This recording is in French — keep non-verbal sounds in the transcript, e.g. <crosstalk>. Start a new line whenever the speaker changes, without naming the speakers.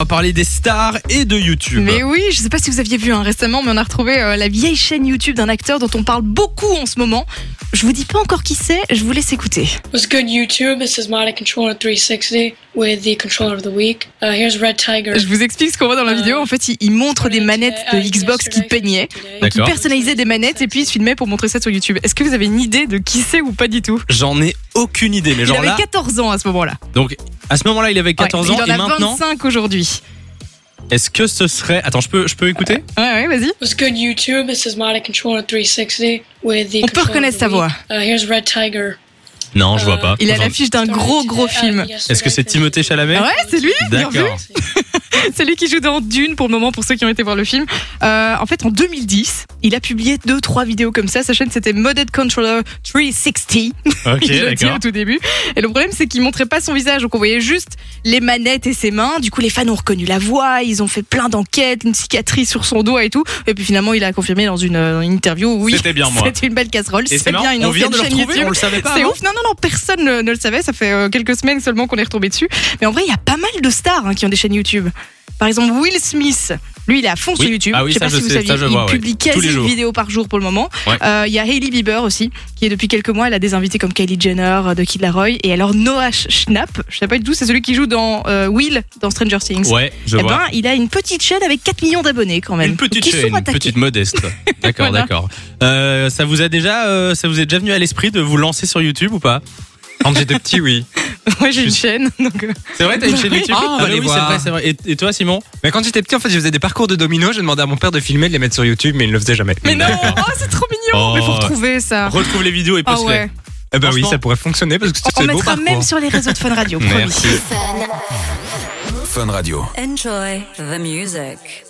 On va parler des stars et de YouTube.
Mais oui, je sais pas si vous aviez vu hein, récemment, mais on a retrouvé euh, la vieille chaîne YouTube d'un acteur dont on parle beaucoup en ce moment. Je vous dis pas encore qui c'est, je vous laisse écouter.
What's good, YouTube? This is Mata Controller 360 with the Controller of the Week. Uh, here's Red Tiger.
Euh,
Uh,
Je vous explique ce qu'on voit dans la vidéo. En fait, il, il montre des manettes de Xbox qui peignaient, qui
D'accord.
personnalisaient des manettes et puis il se filmait pour montrer ça sur YouTube. Est-ce que vous avez une idée de qui c'est ou pas du tout
J'en ai aucune idée, mais
Il
genre
avait
là,
14 ans à ce moment-là.
donc à ce moment-là, il avait
Ouais,
14 ans
il en
et
a
maintenant,
25 aujourd'hui.
est-ce que ce serait Attends, je peux je peux écouter
Ouais, ouais, vas-y.
What's good, YouTube? This is Mata Controller 360 with the
On peut
Controller of
reconnaître
the
sa voix.
Week. Uh, here's Red Tiger. Uh,
Non, je vois pas.
Euh, Il a
Enfin,
l'affiche d'un gros, gros film. Ah
Est-ce que c'est Timothée Chalamet
Ouais, c'est lui bien vu.
D'accord.
C'est lui qui joue dans Dune pour le moment, pour ceux qui ont été voir le film. Euh, en fait, en 2010, il a publié deux, trois vidéos comme ça. Sa chaîne, c'était Modded Controller 360.
OK,
<laughs> il le dit
d'accord.
au tout début. Et le problème, c'est qu'il montrait pas son visage. Donc, on voyait juste les manettes et ses mains. Du coup, les fans ont reconnu la voix. Ils ont fait plein d'enquêtes, une cicatrice sur son doigt et tout. Et puis, finalement, il a confirmé dans une, euh, une interview. Oui,
C'était bien moi.
<laughs> C'était une belle casserole.
Et
C'est
c'est
bien
marrant,
une
on vient
ancienne
de le
chaîne
retrouver,
YouTube.
on le savait pas. hein.
C'est
avant.
ouf, non, non, non, personne ne, ne le savait, ça fait euh, quelques semaines seulement qu'on est retombé dessus. Mais en vrai, il y a pas mal de stars hein, qui ont des chaînes YouTube. Par exemple, Will Smith, lui, il est à fond sur
Oui.
YouTube.
Ah oui,
je sais
ça,
pas
je
si vous
sais,
saviez,
ça, je vois,
il
ouais.
publie
Tous
quasi
les
une
jours.
vidéo par jour pour le moment. Euh,
Ouais.
Il y a Hailey Bieber aussi, qui est depuis quelques mois, elle a des invités comme Kylie Jenner, euh, de Kid Laroi. Et alors, Noah Sch- Schnapp, je sais pas du tout, c'est celui qui joue dans euh, Will, dans Stranger Things.
Ouais, je
Eh
vois.
ben, il a une petite chaîne avec 4 millions d'abonnés quand même.
Une petite
qui
chaîne,
sont
une
attaqués.
petite
<laughs>
modeste. D'accord,
Voilà.
d'accord. Euh, ça vous a déjà euh, ça vous est déjà venu à l'esprit de vous lancer sur YouTube ou pas Quand j'étais petit, oui.
<laughs> Ouais, j'ai une chaîne. Donc, euh,
C'est vrai, t'as une chaîne YouTube
Ah, on
mais
va aller
oui, c'est
voir.
vrai, c'est vrai. Et, et toi, Simon
Mais quand j'étais petit, en fait, je faisais des parcours de domino. Je demandais à mon père de filmer, de les mettre sur YouTube, mais il ne le faisait jamais.
Mais non, oh, c'est trop mignon.
Oh.
Mais faut retrouver ça.
Retrouve les vidéos et
Ah
poste-les.
ouais.
Eh ben oui,
Franchement.
ça pourrait fonctionner parce que
On
c'était beau
mettra
parcours.
même sur les réseaux de Fun Radio, promis.
Merci.
Enjoy the music.